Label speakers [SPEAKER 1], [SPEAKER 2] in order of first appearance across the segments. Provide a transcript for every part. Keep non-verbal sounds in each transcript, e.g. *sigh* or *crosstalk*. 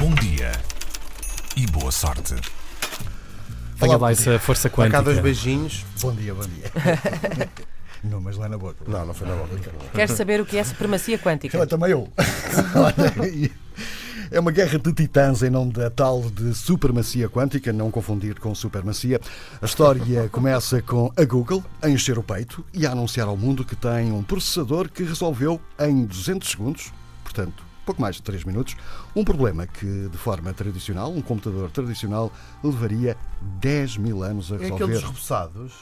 [SPEAKER 1] Bom dia e boa sorte.
[SPEAKER 2] Olá,
[SPEAKER 3] Venha
[SPEAKER 2] bom
[SPEAKER 3] lá essa eh, força
[SPEAKER 2] Para cá dois
[SPEAKER 3] quântica.
[SPEAKER 2] beijinhos.
[SPEAKER 3] Bom dia, bom dia.
[SPEAKER 2] *laughs*
[SPEAKER 3] não, mas lá na boca.
[SPEAKER 2] Não, não foi na boca.
[SPEAKER 4] Queres saber o que é supremacia quântica?
[SPEAKER 3] Ela também
[SPEAKER 2] *laughs*
[SPEAKER 3] eu. É uma guerra de titãs em nome da tal de supremacia quântica, não confundir com supermacia. A
[SPEAKER 2] *laughs*
[SPEAKER 3] história começa com a Google a encher o peito e a anunciar ao mundo que tem um processador que resolveu em 200 segundos, portanto, pouco mais de 3 minutos, um problema que, de forma tradicional, um computador tradicional levaria 10 mil anos a
[SPEAKER 2] É aqueles
[SPEAKER 3] resolver.
[SPEAKER 2] repousados.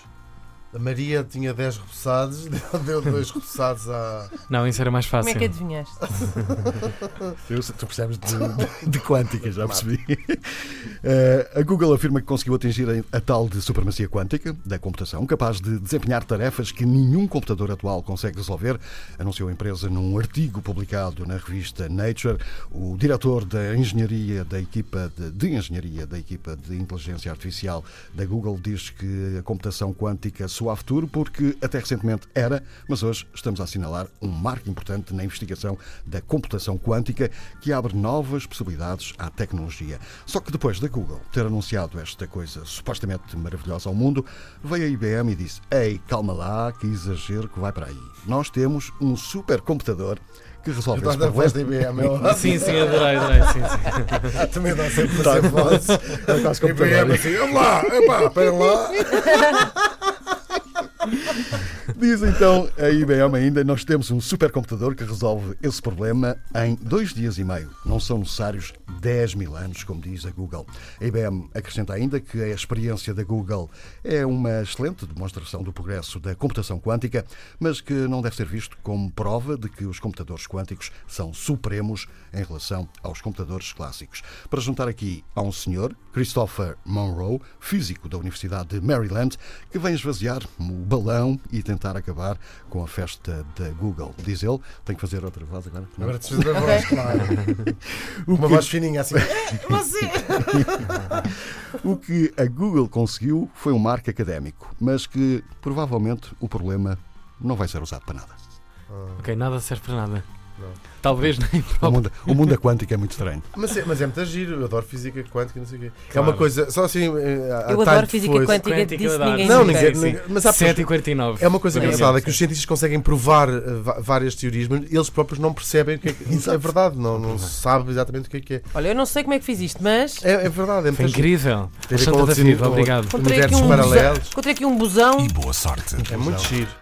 [SPEAKER 2] A Maria tinha 10 repousados, *laughs* deu 2 repousados à.
[SPEAKER 5] Não, isso era mais
[SPEAKER 4] Como
[SPEAKER 5] fácil.
[SPEAKER 4] é que adivinhaste?
[SPEAKER 2] Ah,
[SPEAKER 3] Eu- tu percebes de, de- de quântica, já percebi. Eh, a Google afirma que conseguiu atingir a, a tal de supremacia quântica da computação, capaz de desempenhar tarefas que nenhum computador atual consegue resolver, anunciou a empresa num artigo publicado na revista Nature. O diretor da engenharia da equipa de, de engenharia da equipa de inteligência artificial da Google diz que a computação quântica soa a futuro porque até recentemente era, mas hoje estamos a assinalar um marco importante na investigação da computação quântica que abre novas possibilidades à tecnologia. Só que depois da Google ter anunciado esta coisa supostamente maravilhosa ao mundo, veio a IBM e disse: Ei, calma lá, que exagero que vai para aí. Nós temos um supercomputador que resolve
[SPEAKER 2] Estás
[SPEAKER 3] esse
[SPEAKER 2] na voz da
[SPEAKER 3] problema.
[SPEAKER 2] IBM. eu-
[SPEAKER 5] Sim, sim, adorei, adorei. Sim, sim. *laughs*
[SPEAKER 2] Também dá sempre
[SPEAKER 5] Tá
[SPEAKER 2] fazer voz.
[SPEAKER 3] quase como
[SPEAKER 2] IBM
[SPEAKER 3] trabalho.
[SPEAKER 2] assim, vamos lá, epá, espera lá.
[SPEAKER 3] Diz então a IBM ainda: nós temos um supercomputador que resolve esse problema em dois dias e meio. Não são necessários 10 mil anos, como diz a Google. A IBM acrescenta ainda que a experiência da Google é uma excelente demonstração do progresso da computação quântica, mas que não deve ser visto como prova de que os computadores quânticos são supremos em relação aos computadores clássicos. Para juntar aqui a um senhor, Christopher Monroe, físico da Universidade de Maryland, que vem esvaziar o balão e tentar acabar com a festa da Google. Diz ele, tem que fazer outra voz agora? Não?
[SPEAKER 2] Agora te da
[SPEAKER 5] *laughs*
[SPEAKER 2] voz, claro. Uma voz fininha assim.
[SPEAKER 3] O que a Google conseguiu foi um marco académico, mas que provavelmente o problema não vai ser usado para nada.
[SPEAKER 2] Ah.
[SPEAKER 5] Ok, nada serve para nada.
[SPEAKER 2] Não.
[SPEAKER 5] Talvez né? nem para
[SPEAKER 3] O
[SPEAKER 5] o
[SPEAKER 3] mundo, o mundo da quântica é muito estranho.
[SPEAKER 2] Mas é, mas é muito giro, eu adoro física quântica, não sei o quê. É
[SPEAKER 5] Claro.
[SPEAKER 2] uma coisa, só assim. Eu
[SPEAKER 4] Eu adoro física quântica,
[SPEAKER 5] Quântica
[SPEAKER 4] disse
[SPEAKER 5] da
[SPEAKER 4] ninguém
[SPEAKER 5] área.
[SPEAKER 2] Não,
[SPEAKER 4] nunca.
[SPEAKER 2] ninguém.
[SPEAKER 5] Sim, sim.
[SPEAKER 2] ninguém- Mas há pessoas
[SPEAKER 5] 7h49.
[SPEAKER 2] É uma coisa
[SPEAKER 5] Bem,
[SPEAKER 2] engraçada
[SPEAKER 5] sim.
[SPEAKER 2] que os cientistas conseguem provar eh, va- várias teorias, mas eles próprios não percebem o que é, que isso é verdade, não, não se sabe exatamente o que é que é.
[SPEAKER 4] Olha, eu não sei como é que fiz isto, mas
[SPEAKER 2] É, é verdade, é
[SPEAKER 5] Foi
[SPEAKER 2] muito
[SPEAKER 5] incrível.
[SPEAKER 2] Tem a ver
[SPEAKER 5] Bastante
[SPEAKER 2] com o
[SPEAKER 5] desafio,
[SPEAKER 2] otimismo, com o-
[SPEAKER 5] obrigado.
[SPEAKER 4] encontrei aqui *laughs*
[SPEAKER 2] Universos
[SPEAKER 4] um,
[SPEAKER 2] paralelos.
[SPEAKER 4] encontrei aqui um busão.
[SPEAKER 1] E boa sorte.
[SPEAKER 2] É muito giro.